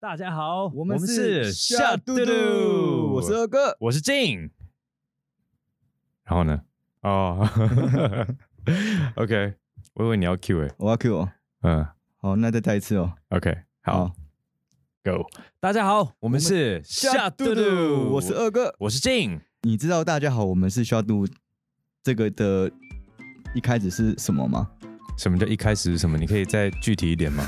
大家好，我们是夏嘟嘟我是二哥。我是静。然后呢？哦 ，OK，我以为你要 Q 哎、我要 Q 哦，嗯好，那再再一次哦。 ，OK，好，Go。大家好，我们是夏嘟嘟，我是，二哥。我是静。你知道大家好，我们是夏嘟这个的一开始是什么吗？ 什么叫一开始是什么？你可以再具体一点吗？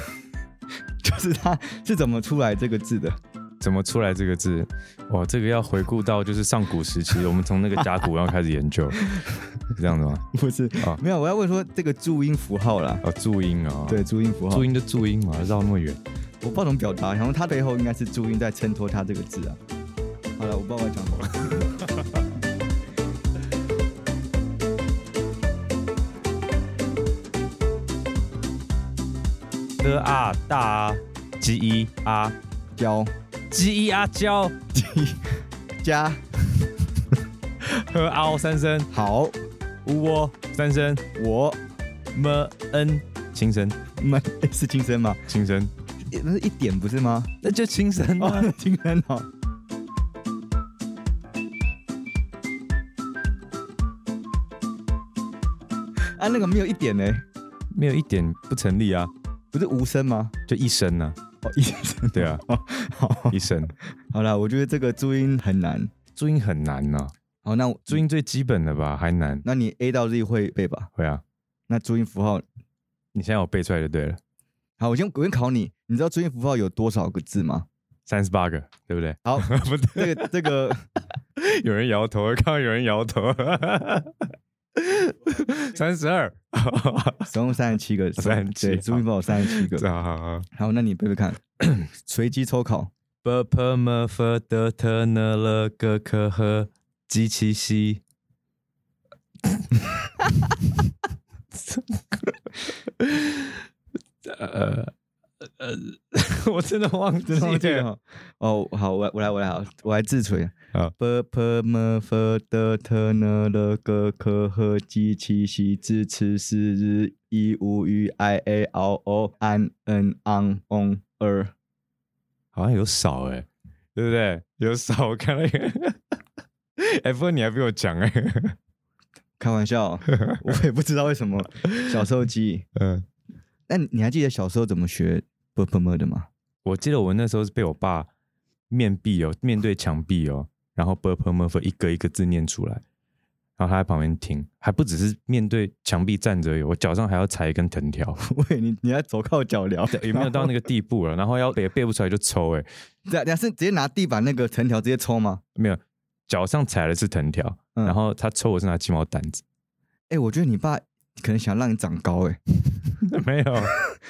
就是它是怎么出来这个字的？ 怎么出来这个字？哇，这个要回顾到就是上古时期，我们从那个甲骨文要开始研 究，是这样子吗？不是，哦没有，我要问说这个注音符号啦。哦，注音啊、哦，对，，注音符号，注音就注音嘛，绕那么远。我不知道怎么表达，然后它背后应该是注音在衬托它这个字啊。好了，我不知道我讲什么。 的啊，大啊，鸡一啊，教鸡一啊，交加和凹三声，好，乌窝三声，我么恩轻声，们 是轻声吗？轻声，那是一点不是吗？那就轻声哦，那轻声哦。啊，那个没有一点呢，没有一点不成立啊，不是无声吗？就一声呢、哦，一声。对啊，好，一声。 好了，我觉得这个注音很难。注音很难呢、好，那我注，音最基本的吧，还难。那你 A 到 Z 会背吧？会啊，那注音符号，你现在有背出来就对了，好，我先我先考你，你知道注音符号有多少个字吗？三十八个，对不对？好 不对，这个这个有人摇头，刚刚有人摇头，三十二，总共三十七个， 37对，注音符号三十七个。好好好。好，那你背背 看，随机抽考。 b p m f d t n l g k h g q x，呃呃，我真的忘记真的忘记了。了哦。哦，好，我我来我来好，我来自啊吹。好 b p m f d t n l g k h j q x z c s r i u y i a o o an n ang on er。好像有少哎、对不对？有少，我看那个。 哎，不过你还比我强哎、开玩笑，哦我也不知道为什么小时候记忆。 嗯，那你你还记得小时候怎么学 b p m 的吗？ 我记得我那时候是被我爸面壁哦，面对墙壁哦，然后 burp m u f 一个一个字念出来，然后他在旁边听，还不只是面对墙壁站着而已，我脚上还要踩一根藤条， 喂，你你还走靠脚聊，也没有到那个地步了，然后要也背不出来就抽哎、这样？等下是直接拿地板那个藤条直接抽吗？没有，脚上踩的是藤条，嗯然后他抽我是拿鸡毛掸 子，哎、我觉得你爸可能想让你长高、哎，没有，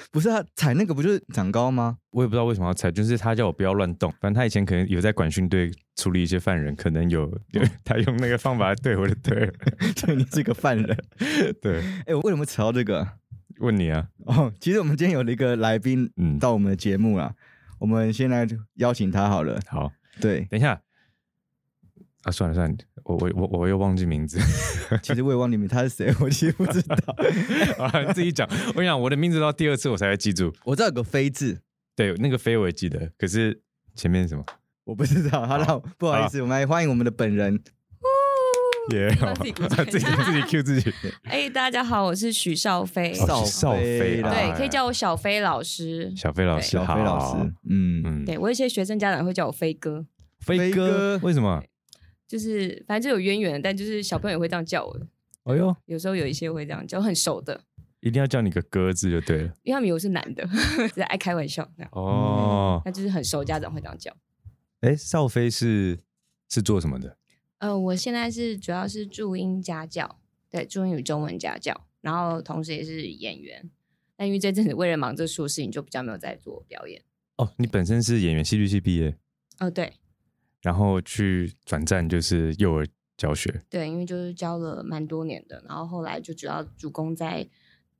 不是啊，踩那个不就是长高吗？ 我也不知道为什么要踩，就是他叫我不要乱动。反正他以前可能有在管训队处理一些犯人，可能有 他用那个方法对我的对了 对你是个犯 人。对，哎、我为什么扯到这个？问你啊，哦，其实我们今天有了一个来宾嗯，到我们的节目啦，我们先来邀请他好了。好， 对，等一下啊，算了算了，我我我我又忘记名字 其实我也忘你们他是谁，我其实不知 道。哎啊，你自己讲。我跟你讲，我的名字到第二次我才会记住，我知道有个飞字，对，那个飞我也记得，可是前面是什么我不知道。好了，不好意思，我们来欢迎我们的本人。耶他 自己鼓掌自己自己 Q 自 己， 哎、大家好，我是许少飞。哦少哦是飞啦对，哎可以叫我小飞老师。小飞老师，小飞老好师，，嗯，嗯，对我有一些学生家长会叫我飞哥，飞飞哥哥为什么？就是反正就有渊源，但就是小朋友也会这样叫我。哎呦，有时候有一些会这样叫，很熟的，一定要叫你个哥字就对了。因为他们以为我是男的， 只是爱开玩笑这样。哦，那就是很熟，家长会这样叫。哎，少飞是是做什么的？呃，我现在是主要是注音家教，对，注音与中文家教，然后同时也是演员。但因为这阵子为了忙这硕士，你就比较没有在做表演。哦，你本身是演员戏剧系毕业，哦、对然后去转战就是幼儿教学。对，因为就是教了蛮多年的，然后后来就主要主攻在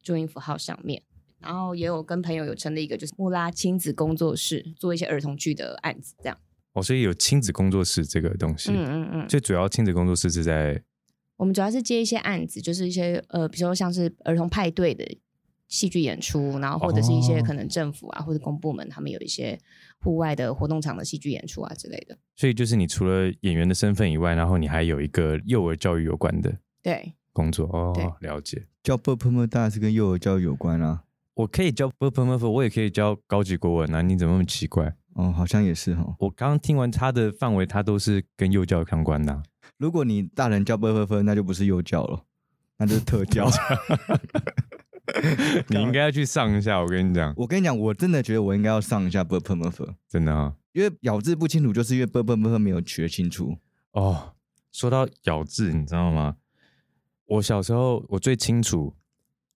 注音符号上面，然后也有跟朋友有成立一个就是穆拉亲子工作室，做一些儿童剧的案子这样。哦，所以有亲子工作室这个东西。嗯嗯嗯。最主要亲子工作室是在我们主要是接一些案子，就是一些呃，比如说像是儿童派对的戏剧演出，然后或者是一些哦可能政府啊、或者公部门他们有一些户外的活动场的戏剧演出啊之类的。所以就是你除了演员的身份以外，然后你还有一个幼儿教育有关的对，工作对哦，了解。教 b u r p m 当然是跟幼儿教育有关啊啦、我可以教 b u r p m f 我也可以教高级国文啊，你怎么那么奇怪？哦，好像也是哦。我刚刚听完他的范围，他都是跟幼教相关 的啊、如果你大人教 b u r p m 那就不是幼教了，那就是特 教。你应该要去上一下，我跟你讲，我跟你讲，我真的觉得我应该要上一下 b u r p m 真的啊、因为咬字不清楚，就是因为 b u r p m 没有学清楚。哦。说到咬字，你知道吗？我小时候我最清楚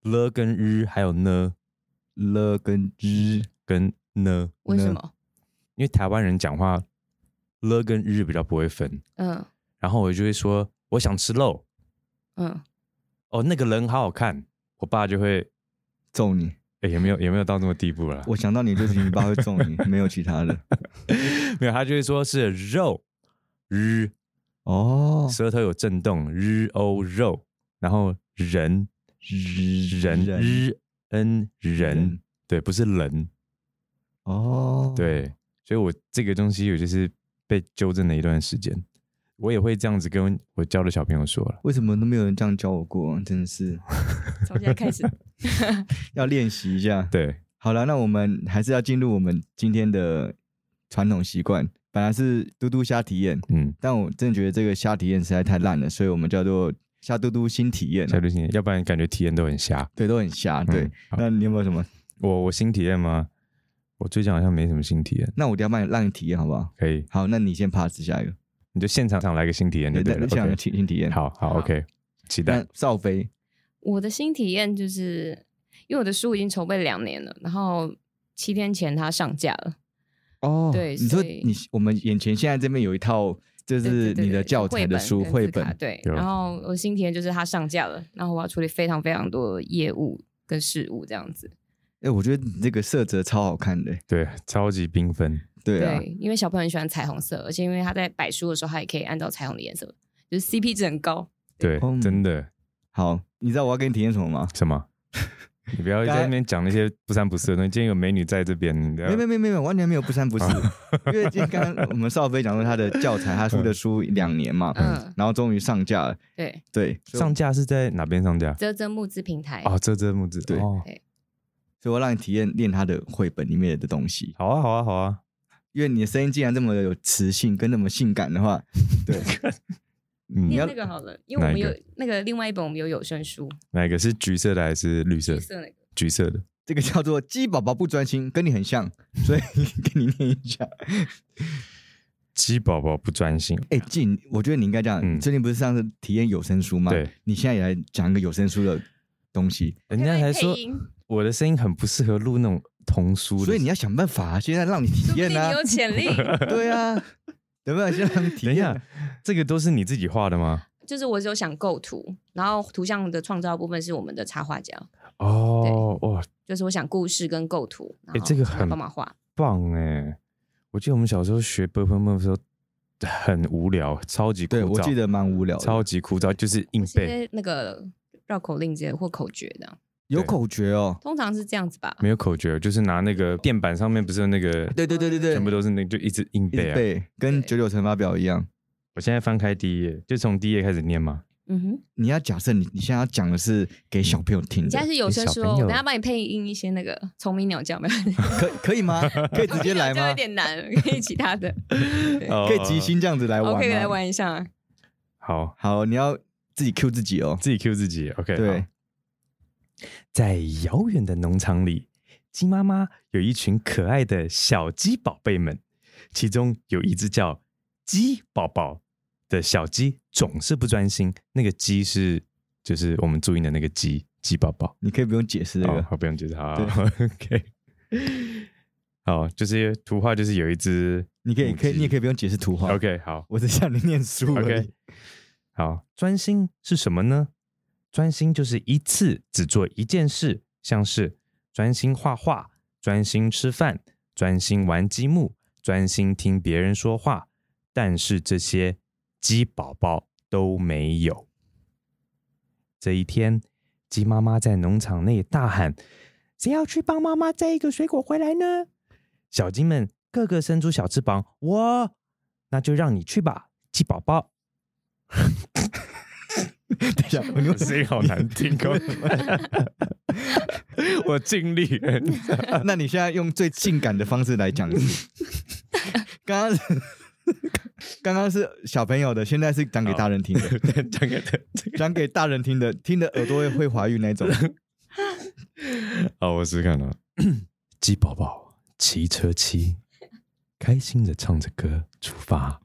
了跟日，还有呢了跟之，跟呢，为什呢？么？因为台湾人讲话了跟日比较不会分，嗯然后我就会说我想吃肉，嗯，哦，那个人好好看，我爸就会，揍你！哎，也没有也没有到这么地步了，我想到你就是你爸会揍你，没有其他的。 没有，他就会说是肉日，哦，舌头有震动，日哦肉，然后人日人人日恩人人，对，不是人，哦，， 对，所以我这个东西我就是被纠正了一段时间，我也会这样子跟我教的小朋友说了，为什么都没有人这样教我过？真的是从现在开始，要练习一下。对，好了，那我们还是要进入我们今天的传统习惯。本来是嘟嘟虾体验，嗯，但我真的觉得这个虾体验实在太烂了，所以我们叫做虾嘟嘟新体验啊、小刘星，要不然感觉体验都很瞎，对，都很瞎。对，嗯好那你有没有什么？我我新体验吗？我最近好像没什么新体验，那我等一下帮你让你体验好不好？可以，好，那你先 pass 下一个。你就现场上来个新体验就对对，了那想 o 体新体验。 k，好好好 OK，期待那，少飞我的新体验就是，因为我的书已经筹备两年了，然后七天前它上架了。哦对你说所以你我们眼前现在这边有一套，就对是对对你的对教材的书绘绘跟字卡本，对，对啊吧然后我的新体验就是它上架了，然后我要处理非常非常多的业务跟事务这样子。哎，我觉得你这个色泽超好看的，对，超级缤纷。对啊，因为小朋友很喜欢彩虹色，而且因为他在摆书的时候，他也可以按照彩虹的颜色，就是 CP 值很 高。对，嗯真的好，你知道我要给你体验什么吗？什 么？你不要刚才在那边讲那些不三不四的东西。今天有美女在这边，你不要没没没没没，完全没有不三不四，啊因为今天刚刚我们少飞讲说他的教材，他出嗯的书两年嘛，嗯然后终于上架了，对，对，所以上架是在哪边上架？泽泽募资平台，哦，这这木子对哦，所以我让你体验练他的绘本里面的东西，好啊，好啊，好啊，因为你的声音既然这么有磁性跟那么性感的话，对，你嗯，要念那个好了，因为我哪们一有个那个另外一本我们有有声书，哪一个是橘色的还是绿色橘的？色那个。橘色的。这个叫做鸡宝宝不专心，跟你很像，所 以给你念一下。鸡宝宝不专心，哎、静，我觉得你应该这样。嗯最近不是上次体验有声书吗？对，你现在也来讲一个有声书的东西，人家还配说音，我的声音很不适合录那种童书的，所以你要想办法、啊，现在让你说体不定验啊你有。潜力。对啊，对不对？先让你体等一验下啊。，这个都是你自己画的吗？就是我只有想构图，然后图像的创造部分是我们的插画家，哦，哇，就是我想故事跟构图，然后这个请他很帮忙画。棒哎！我记得我们小时候学 b u r p m 的时候很无聊，超级枯燥。对，我记得蛮无聊的。超级枯燥，就是硬一背，些那个绕口令之类的或口诀的，有口诀哦。通常是这样子吧。没有口诀，就是拿那个垫板上面不是有那个，对对对对对，全部都是那就一直硬一背直啊。背，跟对九九乘法表一样。我现在翻开第一页，就从第一页开始念嘛。嗯哼，你要假设你你现在要讲的是给小朋友听你现的在，是有声书小哦，朋我友等下帮你配音一些那个虫鸣鸟叫，没有？可可 以吗？可以直接来虫鸣鸟叫有吗？点难，可以其他的，哦可以即兴这样子来玩吗？我可以来玩一下啊。好，好，你要自己 Q 自己哦。自己 Q 自己。OK，对好，在遥远的农场里，鸡妈妈有一群可爱的小鸡宝贝们，其中有一只叫鸡宝宝的小鸡，总是不专心。那个鸡是就是我们注音的那个鸡，鸡宝宝。你可以不用解释这哦个。好不用解释，好 对 OK。好，就是图画，就是有一只母你鸡，可以，可以，你也可以不用解释图画。 OK，好我只向你念书而已。 ，OK，好。专心是什么呢？专心就是一次只做一件事，像是专心画画、专心吃饭、专心玩积木、专心听别人说话。但是这些鸡宝宝都没有。这一天，鸡妈妈在农场内大喊：“谁要去帮妈妈摘一个水果回来呢？”小鸡们个个伸出小翅膀，我，那就让你去吧，鸡宝宝。 等一下，你我 你为们什么声音好难听哦！ 我尽力。 那你现在用最性感的方式来讲一 次，刚刚是 刚刚是小朋友的，现在是讲给大人 听的，讲给他这个讲给大人听的，听的耳朵会会怀孕 那种。好，我试试看啊。 鸡宝宝骑车骑，开心的唱着歌出发，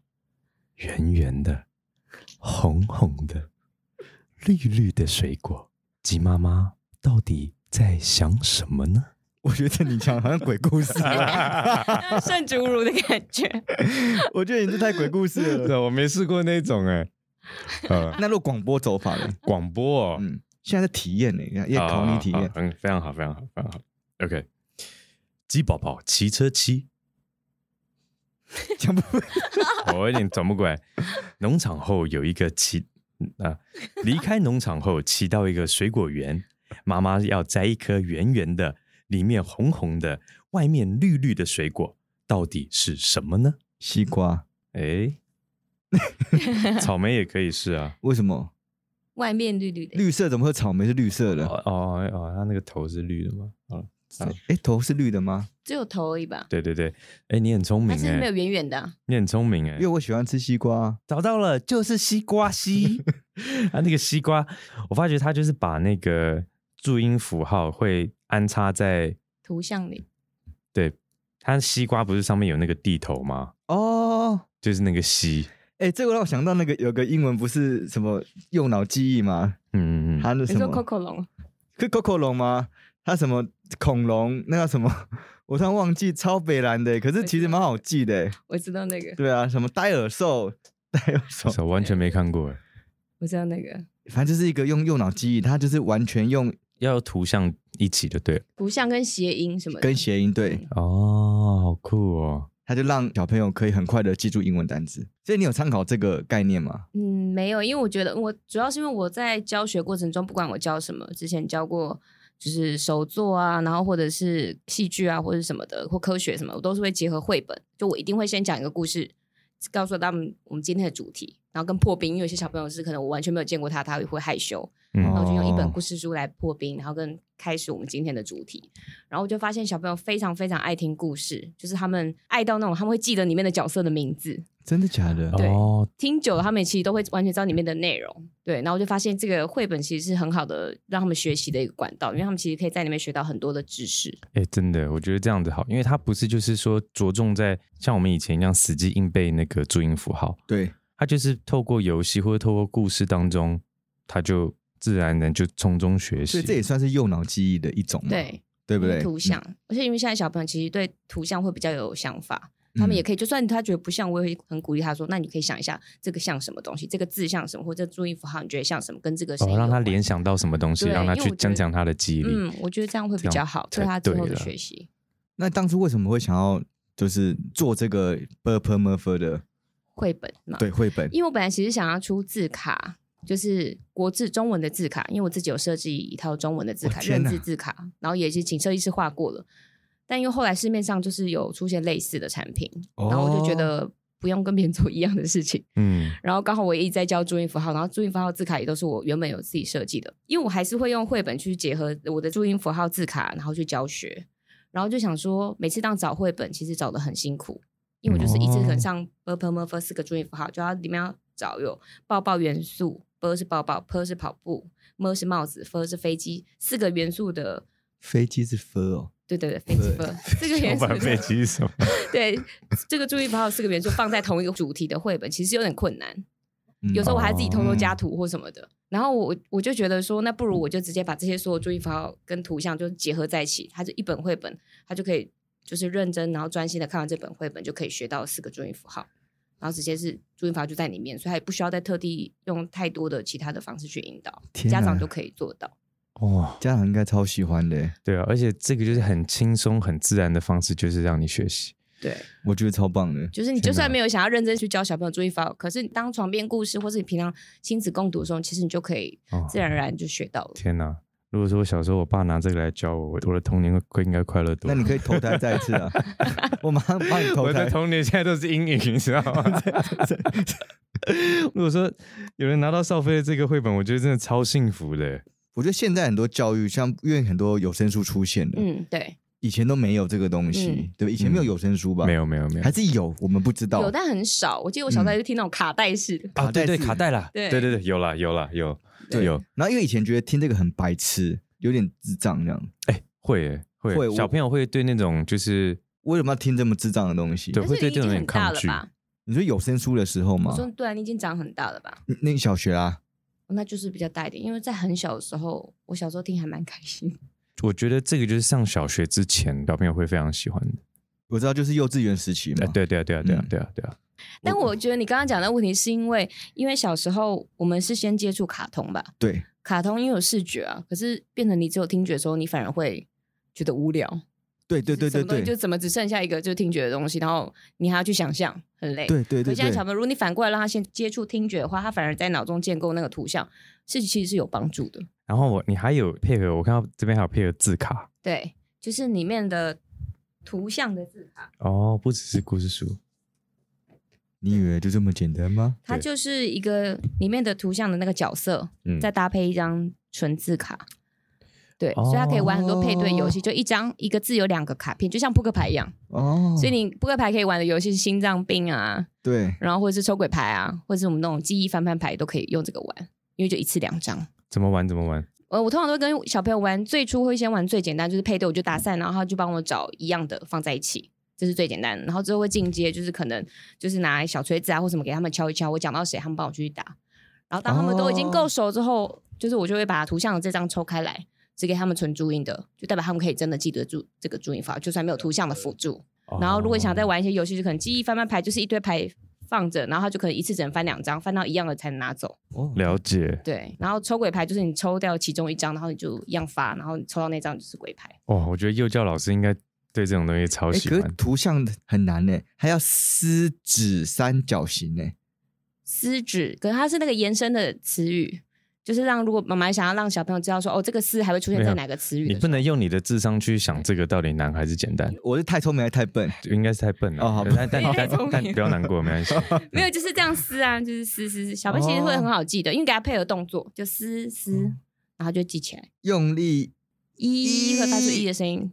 圆圆的，红红的，绿绿的水果，鸡妈妈到底在想什么呢？我觉得你讲好像鬼故事，圣主乳的感觉。我觉得你这太鬼故事了。 对，我没试过那种哎、呃，那如果广播走法呢？广播、哦，嗯，现在在体验呢，也考你体啊啊验啊。嗯，非常好，非常好，非常好。OK，鸡宝宝骑车骑，哦讲不我有点转不过来。农场后有一个骑啊，离开农场后骑到一个水果园，妈妈要摘一颗圆圆的、里面红红的、外面绿绿的水果，到底是什么呢？ 西瓜，哎， 草莓也可以是 啊。为什么外面绿绿的，绿色怎么会草莓是绿色的？哦哦哦，它那个头是绿的吗？哦，啊哎，头是绿的吗？只有头而已吧？对对对，哎，你很聪明还是没有哎，远远的啊、你很聪明哎因为，我喜欢吃西瓜。啊找到了，就是西瓜西。啊，那个西瓜，我发觉它就是把那个注音符号会安插在图像里？对，它西瓜不是上面有那个地头吗？哦，就是那个西，哎，这个让我想到那个有个英文不是什么右脑记忆吗？嗯嗯嗯，它的你什说么？ Coco 龙是 Coco 龙吗？它什么恐龙？那个什么？ 我突然忘记超北蓝的，可是其实蛮好记的。欸我知道那个，对啊，什么呆耳兽， 呆耳兽，我完全没看过哎，我知道那个反正就是一个用右脑记忆，它就是完全用要有图像一起就对了。图像跟谐音什么的。跟谐音对，哦，好酷哦！它就让小朋友可以很快的记住英文单词。所以你有参考这个概念吗？嗯，没有，因为我觉得我主要是因为我在教学过程中，不管我教什么，之前教过就是手作啊，然后或者是戏剧啊，或者什么的，或科学什么，我都是会结合绘本。就我一定会先讲一个故事，告诉他们我们今天的主题，然后跟破冰。因为有些小朋友是可能我完全没有见过他，他会害羞，嗯然后我就用一哦本故事书来破冰，然后跟开始我们今天的主题。然后我就发现小朋友非常非常爱听故事，就是他们爱到那种他们会记得里面的角色的名字。真的假的？对哦，听久了，他们其实都会完全知道里面的内容。对，然后我就发现这个绘本其实是很好的让他们学习的一个管道，因为他们其实可以在里面学到很多的知识。哎，真的，我觉得这样子好，因为它不是就是说着重在像我们以前一样死记硬背那个注音符号，对，他就是透过游戏或者透过故事当中，他就自然而然就从中学习。所以这也算是右脑记忆的一种嘛，对，嗯对嗯不对？图像，而且因为现在小朋友其实对图像会比较有想法，嗯他们也可以，就算他觉得不像，我也会很鼓励他说：“那你可以想一下，这个像什么东西，这个字像什么，或者注音符号，你觉得像什么，跟这个声音哦，让他有关联。想到什么东西，对让他因为去我觉增得强他的记忆力。嗯，我觉得这样会比这较样好，才对他之后对的啦学习。那当初为什么会想要就是做这个 b u r p e r m u r f e r 的绘本嘛，对绘本？因为我本来其实想要出字卡，就是国字中文的字卡，因为我自己有设计一套中文的字卡我，哦天认哪字字卡，然后也是请设计师画过了。但因为后来市面上就是有出现类似的产品，哦然后我就觉得不用跟别人做一样的事情。嗯， 然后刚好我也一直在教注音符号，然后注音符号字卡也都是我原本有自己设计的，因为我还是会用绘本去结合我的注音符号字卡，然后去教学。然后就想说，每次当找绘本，其实找的很辛苦，因为我就是一次可能上 b p m f 四个注音符号，就要里面要找有抱抱元素，b 是抱抱，p 是跑步，m 是帽子，f 是飞机，四个元素的，飞机是 f 哦，对对对，飞机 f 四个元素的机 什么？对，这个注意符号四个元素放在同一个主题的绘本，其实有点困难。嗯有时候我还自己偷偷加哦图或什么的。然后我我就觉得说，那不如我就直接把这些所有注意符号跟图像就结合在一起，它就一本绘本，它就可以就是认真然后专心的看完这本绘本，就可以学到四个注意符号，然后直接是注意符号就在里面，所以它也不需要再特地用太多的其他的方式去引导，天家长哪就可以做到。哇，家长应该超喜欢的，哦对啊，而且这个就是很轻松、很自然的方式，就是让你学习。对。我觉得超棒的。就是你真就的算没有想要认真去教小朋友注意法，可是你当床边故事或是你平常亲子共读的时候，其实你就可以哦自然而然就学到了。天哪，如果说我小时候我爸拿这个来教我，我我的童年会应该快乐多那了。你可以投胎再一 次啊！我马上帮你投我胎的。童年现在都是阴影，你知道 吗？ 如果说有人拿到少飞的这个绘本，我觉得真的超幸福的。我觉得现在很多教育，像因为很多有声书出现了，嗯，对，以前都没有这个东西，嗯对吧？以前没有有声书吧？没，有没有没有还，是有，我们不知道。有但很少。我记得我小时候就听那种卡带式的，哦卡带对对式卡啊带啦，对对对对，有啦有啦有对有，然后因为以前觉得听这个很白痴，有点智障这样。哎会耶会会我小朋友会对那种就是为什么要听这么智障的东西？对但会是对你已这经种有点很大抗了拒。吧？你说有声书的时候我嘛，说对啊，你已经长很大了吧？哦那那小学啊，那就是比较大一点，因为在很小的时候，我小时候听还蛮开心的。我觉得这个就是上小学之前小朋友会非常喜欢的。我知道就是幼稚园时期嘛哎，。对对啊对啊对啊嗯对啊对啊，但我觉得你刚刚讲的问题是因为，因为小时候我们是先接触卡通吧，对卡通因为有视觉啊，可是变成你只有听觉的时候，你反而会觉得无聊。对对对就是什对么东西对就怎么只剩下一个就是听觉的东西，然后你还要去想象，很累。对对可对现在小对。朋友，如果你反过来让他先接触听觉的话，他反而在脑中建构那个图像，是其实是有帮助的。然后我你还有配合，我看到这边还有配合字卡对，就是里面的图像的字卡，哦，不只是故事书，你以为就这么简单吗？它就是一个里面的图像的那个角色，嗯再搭配一张纯字卡。对，所以它可以玩很多配对游戏，就一张一个字有两个卡片，就像扑克牌一样。哦，所以你扑克牌可以玩的游戏是心脏病啊，对然后或者是抽鬼牌啊，或者是我们那种记忆翻翻牌都可以用这个玩，因为就一次两张。怎么玩怎么玩，呃，我通常都会跟小朋友玩，最初会先玩最简单，就是配对，我就打散，然后他就帮我找一样的放在一起，这是最简单的。然后之后会进阶，就是可能就是拿小锤子啊或什么给他们敲一敲，我讲到谁，他们帮我去打。然后当他们都已经够熟之后，就是我就会把图像的这张抽开来，只给他们纯注音的，就代表他们可以真的记得住这个注音法，就算没有图像的辅助。然后如果想再哦玩一些游戏，就可能记忆翻翻牌，就是一堆牌放着，然后他就可能一次只能翻两张，翻到一样的才能拿走。哦，了解对，然后抽鬼牌就是你抽掉其中一张，然后你就一样发，然后你抽到那张就是鬼牌。哇，哦我觉得幼教老师应该对这种东西超哎，喜可是欢。图像很难呢，还要撕纸三角形呢。撕纸，可是它是那个延伸的词语，就是让如果妈妈想要让小朋友知道说，哦，这个撕还会出现没在有哪个词语啊你的时不候。能用你的智商去想这个到底难还是简单，我是太聪明还是太笨？应该是太笨了。哦好但但 太但聪明但不要难过，没关系。没有，就是这样撕啊，就是撕撕撕。小朋友其实哦会很好记的，因为给他配合动作，就撕撕，然后就记起来。用力一会发出一的声音，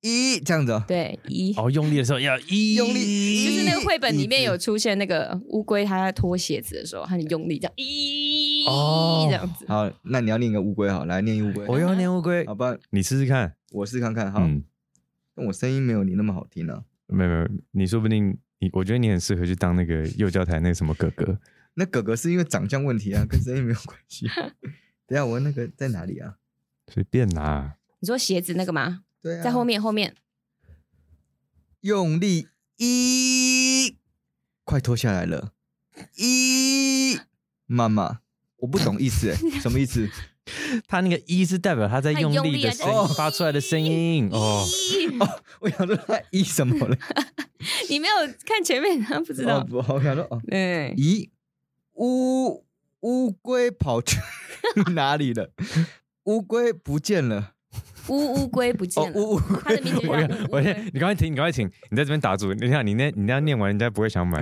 一这样子哦，对，一。 哦，用力的时候要一用力就是那个绘本里面有椅子出现那个乌龟，它在脱鞋子的时候，它很用力这样，咦，哦这样子。好，那你要念一个乌龟好，来念一乌龟。我要念乌龟好，吧，你试试看。我试看看哈。哦嗯，但我声音没有你那么好听啊。没有没有，你说不定你，我觉得你很适合去当那个幼教台那个什么哥哥。那哥哥是因为长相问题啊，跟声音没有关系。 等一下我那个在哪里啊？随便拿，你说鞋子那个吗？对啊，在后面，后面用力一，快脱下来了。一，妈妈，我不懂意思欸，什么意思？ 他那个一是代表他在他用用力力的啊声哦音发出来的声音 哦。咦，我想说他一什么了？你没有看前面，他不知哦道。不我想说哦，对，咦，乌乌龟跑去哪里了？乌龟不见了。乌乌龟不见哦，了，乌乌它的名字叫 我乌我龟先，你赶快停，你赶快停，你在这边打住。你看你那，你那样念完，人家不会想买。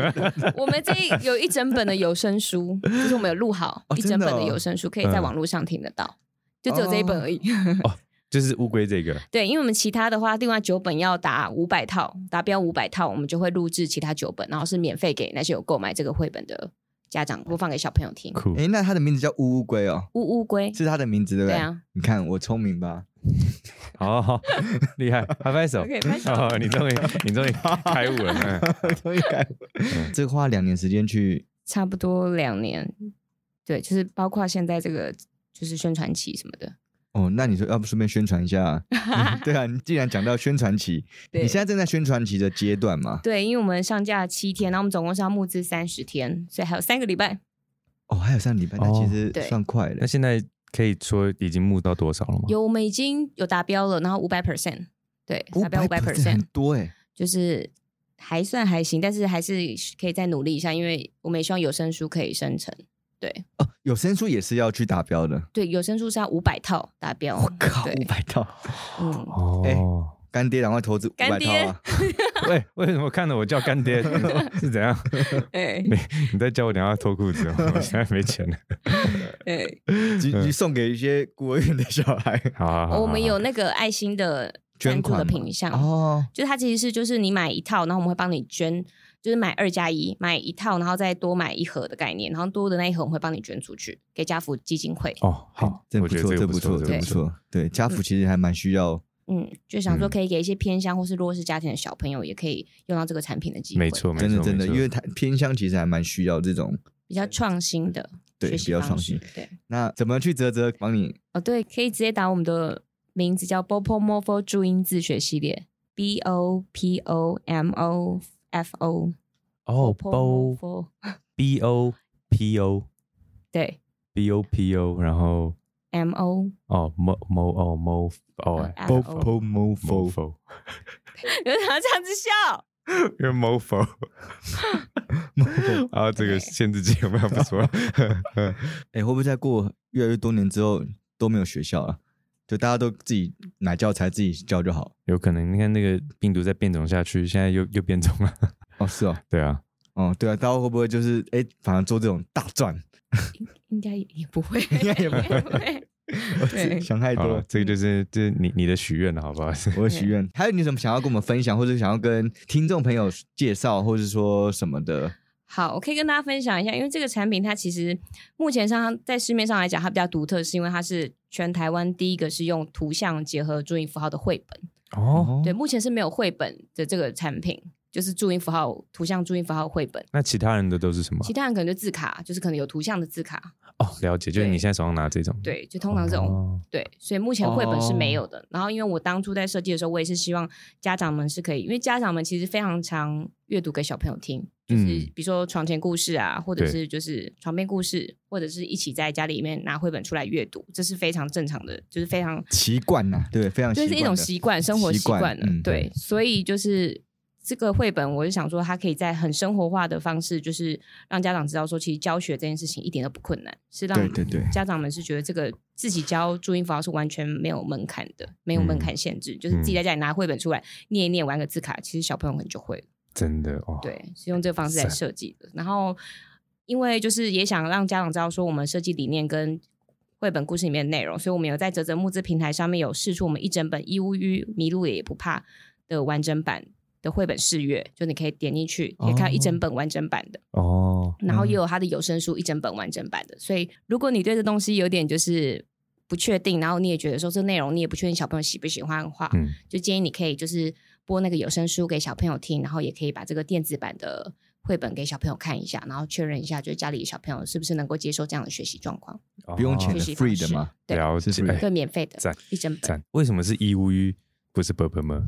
我们这一有一整本的有声书，就是我们有录好哦一整本真的的哦有声书，可以在嗯网络上听得到，就只有这一本而已。就是乌龟这 个，对，因为我们其他的话，另外九本要达五百套，达标五百套，我们就会录制其他九本，然后是免费给那些有购买这个绘本的家长播放给小朋友听。酷。诶，那它的名字叫乌乌龟哦，乌乌龟，是它的名字对不对对？啊，你看我聪明吧？好好，厉害，拍拍手。 OK，拍手哦，你终于，你终于开 悟了。嗯终于改过嗯这花两年时间去，差不多两年，对，就是包括现在这个就是宣传期什么的。哦，那你说要不顺便宣传一下？ 对啊，你既然讲到宣传期，你对现在正在宣传期的阶段嘛？对，因为我们上架七天，然后我们总共是要募资三十天，所以还有三个礼拜。哦，还有上礼拜，那哦其实对算快了那。现在可以说已经募到多少了吗？有，我们已经有达标了，然后五百 percent，对，达标五百500%很 percent，多哎，就是还算还行，但是还是可以再努力一下，因为我们也希望有声书可以生成。对哦，有声书也是要去达标的。对，有声书是要五百套达标。我靠，对五百套，嗯，哦，干爹赶快投资五百套干爹啊！喂，为什么看着我叫干爹是怎样？哎你再叫我等一下脱裤 子哦，我现在没钱了。哎， 你嗯你送给一些孤儿院的小孩好好好好，哦我们好有那个爱心的啊捐 赞助的款嘛品项，哦，就它其实是就是你买一套，然后我们会帮你捐，就是买二加一，买一套，然后再多买一盒的概念，然后多的那一盒我们会帮你捐出去给家福基金会。哦，好，这我不觉得错，这个不错，错，这这个不不错。错。对，家福其实还蛮需要，嗯，就想说嗯可以给一些偏乡或是弱势家庭的小朋友也可以用到这个产品的机会，没，错，没错，真的真的，没错因为它偏乡其实还蛮需要这种。比较创新的对学习比较方创式新，对。那怎么去泽泽帮你？哦，对，可以直接打我们的名字叫 Bopo Morpho 注音字学系列，B O P O M O F O 哦，bo Bopo Morpho b o p o 对 b o p o，然后 M O，哦 mo mo 哦 mo 哦呃 Bopo mofo mofo， 有人要这样子笑， 因为 mofo，啊，这个限制级有没有不 错？哎，会不会再过越来越多年之后都没有学校了？就大家都自己买教材自己教就好。有可能，你看那个病毒再变种下去，现在又又变种了。 哦，是哦，对啊，哦，对啊，大家会不会就是哎，反而做这种大赚？应该也 不会，应该也不会会，我只 对想太多嗯好了了，。哦这个就是这、是你你的许愿了，好不好？我的许对愿，还有你有什么想要跟我们分享，或者想要跟听众朋友介绍，或者说什么的？好，我可以跟大家分享一下，因为这个产品它其实目前上在市面上来讲，它比较独特，是因为它是全台湾第一个是用图像结合注音符号的绘本。哦，对，目前是没有绘本的这个产品，就是注音符号、图像注音符号绘本。 那其他人的都是什么其？他人可能就字卡，就是可能有图像的字卡，哦，了解，就是对你现在手上拿这种，，对，就通常这种、哦、对，所以目前绘本是没有的。然后，因为我当初在设计的时候，我也是希望家长们是可以，因为家长们其实非常常阅读给小朋友听，就是嗯比如说床前故事啊，或者对是就是床边故事，或者是一起在家里面拿绘本出来阅读，这是非常正常的，就是非常习惯呐，对，非常习这惯是的一种习惯，生活习惯了。嗯对，所以就是这个绘本，我就想说，它可以在很生活化的方式，就是让家长知道说，其实教学这件事情一点都不困难，是让对对对家长们是觉得这个自己教注音符号是完全没有门槛的，没有门槛限制，就是自己在家里拿绘本出来念一念，玩个字卡，其实小朋友可能就会了。真的哦，，对，是用这个方式来赞设计的。然后，因为就是也想让家长知道说我们设计理念跟绘本故事里面的内容，所以我们有在泽泽募资平台上面有试出我们一整本《义乌鱼迷路了也不怕》的完整版的绘本试阅，就你可以点进去，可以看到一整本完整版的。哦，然后也有他的有声书一整本完整版的。所以如果你对这东西有点就是不确定，然后你也觉得说这内容你也不确定小朋友喜不喜欢的话，嗯，就建议你可以就是播那个有声书给小朋友听，然后也可以把这个电子版的绘本给小朋友看一下，然后确认一下就是家里小朋友是不是能够接受这样的学习状况，不用钱哦的学习方，free 的式嘛。对了是解， free 哎对，免费的赞一整本。赞，为什么是义乌鱼，不是 b u r p l e 吗？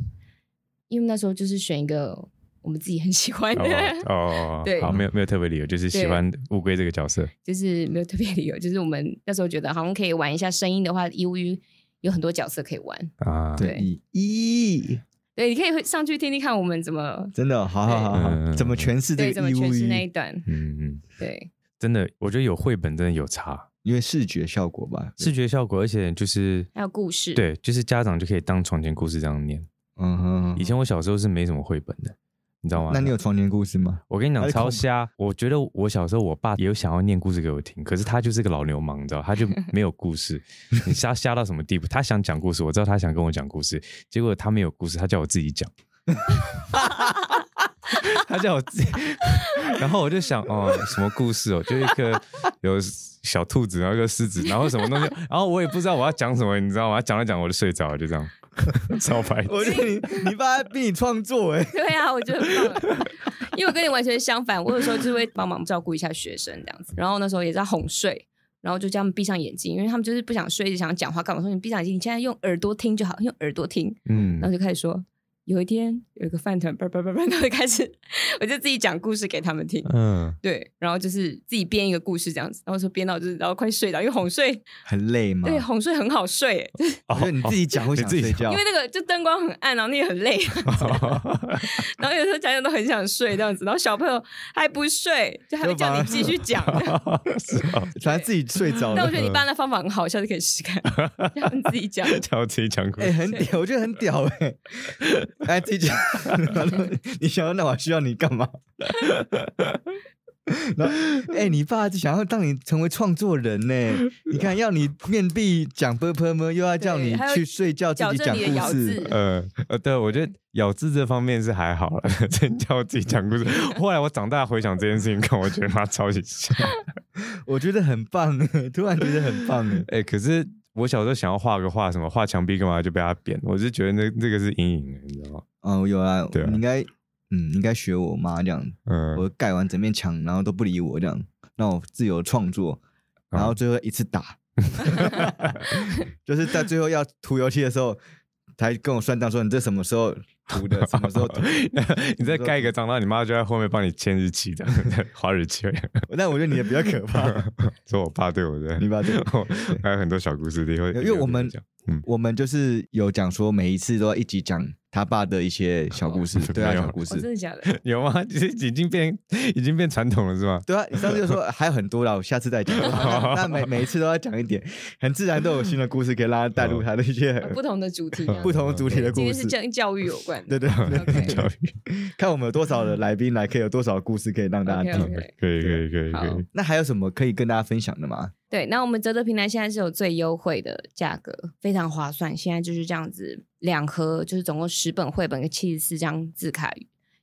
因为那时候就是选一个我们自己很喜欢哦的，哦哦，哦对好，没有没有特别理由，就是喜对欢乌龟这个角色，就是没有特别理由，就是我们那时候觉得好像可以玩一下声音的话，由于有很多角色可以玩，啊，对，咦，对，你可以上去听听看我们怎么真的，哦好好好好，嗯怎么诠释对这怎个 E 么义乌诠释那一鱼？段，嗯嗯，对真的，我觉得有绘本真的有差，因为视觉效果吧，视觉效果，而且就是还有故事对，就是家长就可以当床前故事这样念。嗯哼以。前我小时候是没什么绘本的，你知道吗？那你有床前故事吗？我跟你还讲是超恐瞎，我觉得我小时候我爸也有想要念故事给我听，可是他就是个老流氓，你知道，他 就没有故事。你瞎瞎到什么地步？他想讲故事，我知道他想跟我讲故事，结果他没有故事，他叫我自己 讲。他叫我自己，然后我就想，哦，什么故事哦？就一个有小兔子，然后一个狮子，然后什么东西，然后我也不知道我要讲什么，你知道吗？讲了讲我就睡着了，就这样， 超白痴。我觉得 你你爸逼你创作哎， 对啊， 我觉得很棒，因为我跟你完全相反，我有时候就会帮忙照顾一下学生这样子，然后那时候也在哄睡。然后就叫他们闭上眼睛，因为他们就是不想睡，一直想讲话干嘛？我说你闭上眼睛，你现在用耳朵听就好，用耳朵听。嗯然后就开始说有一天有一个饭团，叭叭叭叭，他会开始， 我就自己讲故事给他们呃听。嗯，对，然后就是自己编一个故事这样子，然后说编到就是然后快睡着，因为哄睡，很累吗？对，哄睡很好睡，我觉得你 自己讲会你想自己睡觉因为，那个就灯光很暗，然后你也 很累，然后有时候讲讲都很想睡这样子，然后小朋友还不睡，就还会叫你继续讲。 是啊，反正自己睡着但我了觉。得你爸 那方法很好，下次可以试试看，让你自己讲。叫我自己讲故哎、事，很屌，我觉得很屌哎、 哎，自己讲，你想要那我还需要你干嘛？ 然后，哎、你爸想要让你成为创作人呢、你看，要你面壁讲 b u r p 又要叫对你还有去睡觉自矫己正讲你的咬故事字，，呃呃，对，我觉得咬字这方面是还好 了，真叫我自己讲故事。 后来我长大回想这件事情，看我觉得妈超级 像。我觉得很棒、欸，突然觉得很棒、欸。哎、可是我小时候想要画个画，什么画墙壁干嘛，就被他扁。我是觉得那这个是阴影，啊你知道吗？哦，有啊，对啊你应该，嗯，应该学我妈这样，嗯，我盖完整面墙，然后都不理我这样，让我自由创作，然啊后最后一次打， 就是在最后要涂油漆的时候，才跟我算账说你这什么时候涂的，什么时 候涂的。你再盖一个章，然后你妈就在后面帮你签日期的， 划日期。但我觉得你的比较可怕，说我爸对我的，你 爸对我，还有很多小故事里会，因为我们讲我们就是有讲说每一次都要一集讲他爸的一些小故事，对啊，没有小故哦真事。的 假的？有吗？ 就是已经变已经变传统了是吗？对啊，你上次就说还有很多啦，我下次再讲。那每每一次都要讲一点，很自然都有新的故事可以让他带入他的一些哦不同的主题这样子，不同主题的今故天事是。跟教育有关的。对对对 OK 教育看我们有多少的来宾来，可以有多少故事可以让大家 OK，OK 听。对嗯可以可以可以可以，那还有什么可以跟大家分享的吗？对，那我们折德平台现在是有最优惠的价格，非常划算。现在就是这样子，两盒就是总共十本绘本跟七十四张字卡，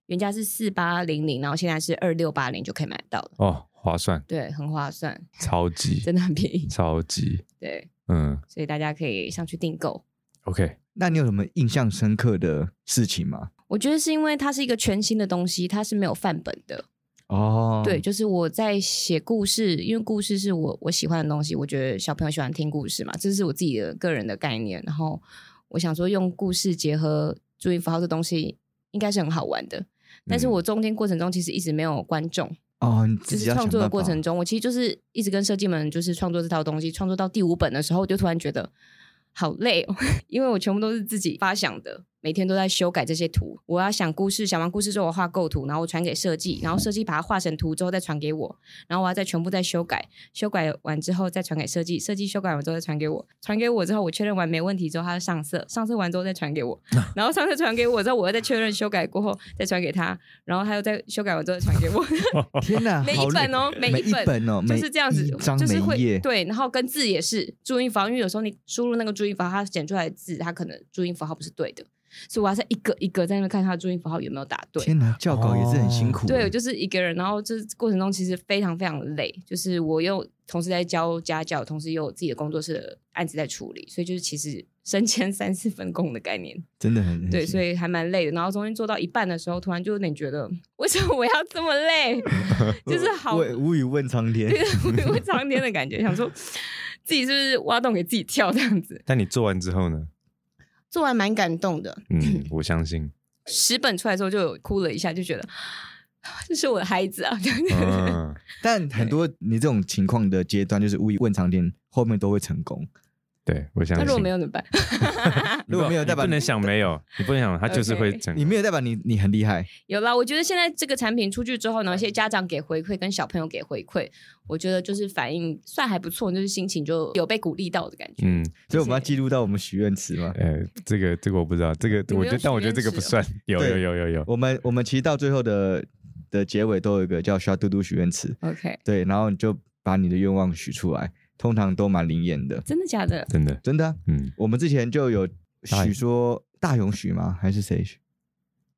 原价是四八零零，然后现在是二六八零就可以买到了。哦，划算，对，很划算，超级真的很便宜。超级，对，嗯所以大家可以上去订购。 ，OK，那你有什么印象深刻的事情吗？我觉得是因为它是一个全新的东西，它是没有范本的。哦，对，，就是我在写故事，因为故事是我我喜欢的东西，我觉得小朋友喜欢听故事嘛，这是我自己的个人的概念。然后我想说，用故事结合注音符号这东西，应该是很好玩的。但是嗯我中间过程中其实一直没有观众，哦，你就自己是要创作的想办过法程，中，我其实就是一直跟设计们就是创作这套东西，创作到第五本的时候，我就突然觉得好累哦， 因为我全部都是自己发想的，每天都在修改这些图。我要想故事，想完故事之后我画构图，然后我传给设计，然后设计把它画成图之后再传给我，然后我要再全部再修改，修改完之后再传给设计，设计修改完之后再传给我，传给我之后我确认完没问题之后，他上色，上色完之后再传给我，啊然后上色传给我之后，我又再确认修改过后再传给他，然后他又再修改完之后再传给我。天哪， 每啊好一本哦，累每每一本本哦，就每是这样子一，章就是每一会页，对，然后跟字也是注音符号，因为有时候你输入那个注音符号，它剪出来的字，它可能注音符号不是对的，所以我要在一个一个在那边看它的注音符号有没有打对。哦天哪，教稿也是很辛苦，欸对，我就是一个人，然后这过程中其实非常非常累，就是我又同时在教家教，同时又有自己的工作室的案子在处理，所以就是其实身兼三四份工的概念。真的很对，所以以还蛮累的。然后中间做到一半的时候，突然就有点觉得，为什么我要这 么累？就是好我无语问苍 天，对，会苍天的感觉，想说自己是不是挖洞给自己跳这样子。但你做完之后呢？做完蛮感动的， 嗯，我相信，十本出来之后就有哭了一下，就觉得 啊这是我的孩子 啊，这样子嗯，但很多你这种情况的阶段，就是无语问苍天，后面都会成功。对，我相那信。如果没有怎么办？你不，如果没有代你表不能想啊没有，你不能想，他就是会 OK 整你没有代表你你很厉害，有啦，我觉得现在这个产品出去之后呢，一些家长给回馈，跟小朋友给回馈，我觉得就是反应算还不错，就是心情就有被鼓励到的感觉。嗯，所以我们要记录到我们许愿池嘛。呃，这个这个我不知道，这个你我没觉有得，但我觉得这个不许愿算。有对有有有有，我们我们其实到最后的的结尾都有一个叫“小嘟嘟许愿池 OK，”，对，然后你就把你的愿望许出来，通常都蛮灵验的，真的假的？真的，真的啊、嗯，我们之前就有大许勇说大勇许吗？还是谁许？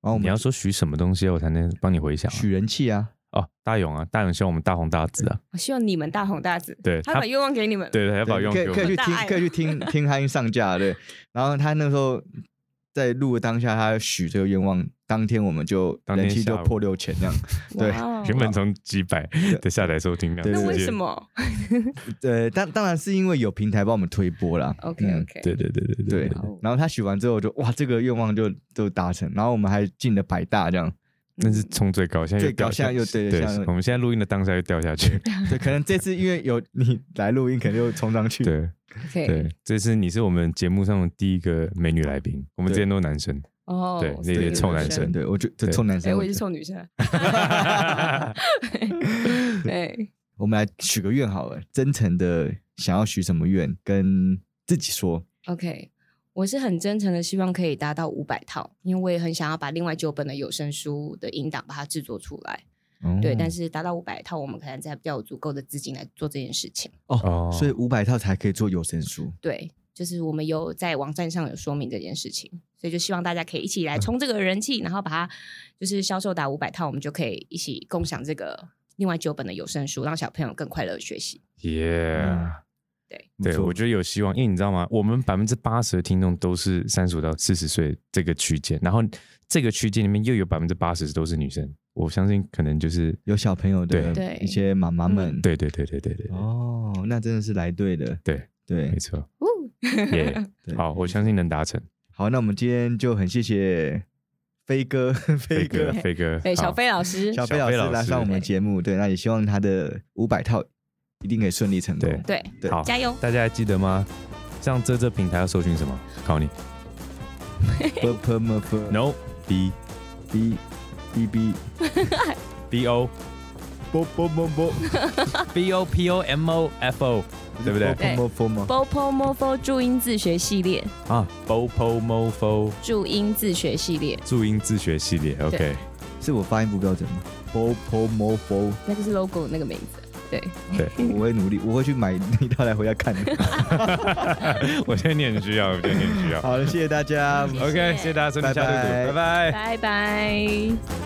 然后我你们要说许什么东西，我才能帮你回想啊许人气啊，哦。大勇啊，大勇希望我们大红大紫啊，我希望你们大红大紫。对他他把愿望给你们。对，他要把对用可啊给以我 可以们去大听爱可以去听听他上架对，然后他那时候在录的当下，他许这个愿望，当天我们就当人天气就下午破六千这样。 对哇哦原本从几百的下载收听量，对那对为直接什？么呃，当当然是因为有平台帮我们推播啦。 ？OK 嗯 OK，对对对对对哇哦，然后他许完之后就哇，这个愿望就就达成，然后我们还进了百大 这样，那是冲最高，现在又嗯最高掉下现在又对对现在又，我们现在录音的当下又掉下去。对，可能这次因为有你来录音，可能又冲上去。对 OK，对，这次你是我们节目上的第一个美女来宾，我们之前都是男生。哦，对所以那些女臭男生对我觉得对臭男哎，生，我也是臭 女生。 对，我们来许个愿好了，真诚的想要许什么愿，跟自己说。 OK，我是很真诚的，希望可以达到五百套，因为我也很想要把另外九本的有声书的音档把它制作出来。对，嗯但是是达到五百套，我们可能才比较有足够的资金来做这件事情。哦哦，所以五百套才可以做有声书。对，就是我们有在网站上有说明这件事情，所以就希望大家可以一起嗯来冲这个人气，然后把它就是销售达五百套，我们就可以一起共享这个另外九本的有声书，让小朋友更快乐地学习。耶，嗯对，对，我觉得有希望，因为你知道吗？我们百分之八十的听众都是三十五到四十岁这个区间，然后这个区间里面又有百分之八十都是女生，我相信可能就是有小朋友对的对一些妈妈们，对对对对对对对哦，那真的是来对的，对，对没。错，哦耶对，好，我相信能达成，好，那我们今天就很谢谢飞哥，飞飞哥哥，飞哥，对，小好飞老师，小飞小老飞师老来师上我们节目，对，那也希望他的五百套一定可以顺利成功。对，对好，加油！大家还记得吗？像这这平台要搜寻什么？考你 p p m p ，no b b b b b o b b b b， b o p o m o f o，对不对？ p m f 吗？ Bopo Mofo 注音自学系列，啊，bopomofo 注音自学系列，注音自学系列，OK，是我发音不标准吗 b p m f，那个是 logo 那个名字。对，对， 我会努力，我会去买一套来回家看的。我觉得你很需要，我觉得你很需要。好了，谢谢大家，哎 OK，谢谢大家收听下路拜拜拜拜。拜拜。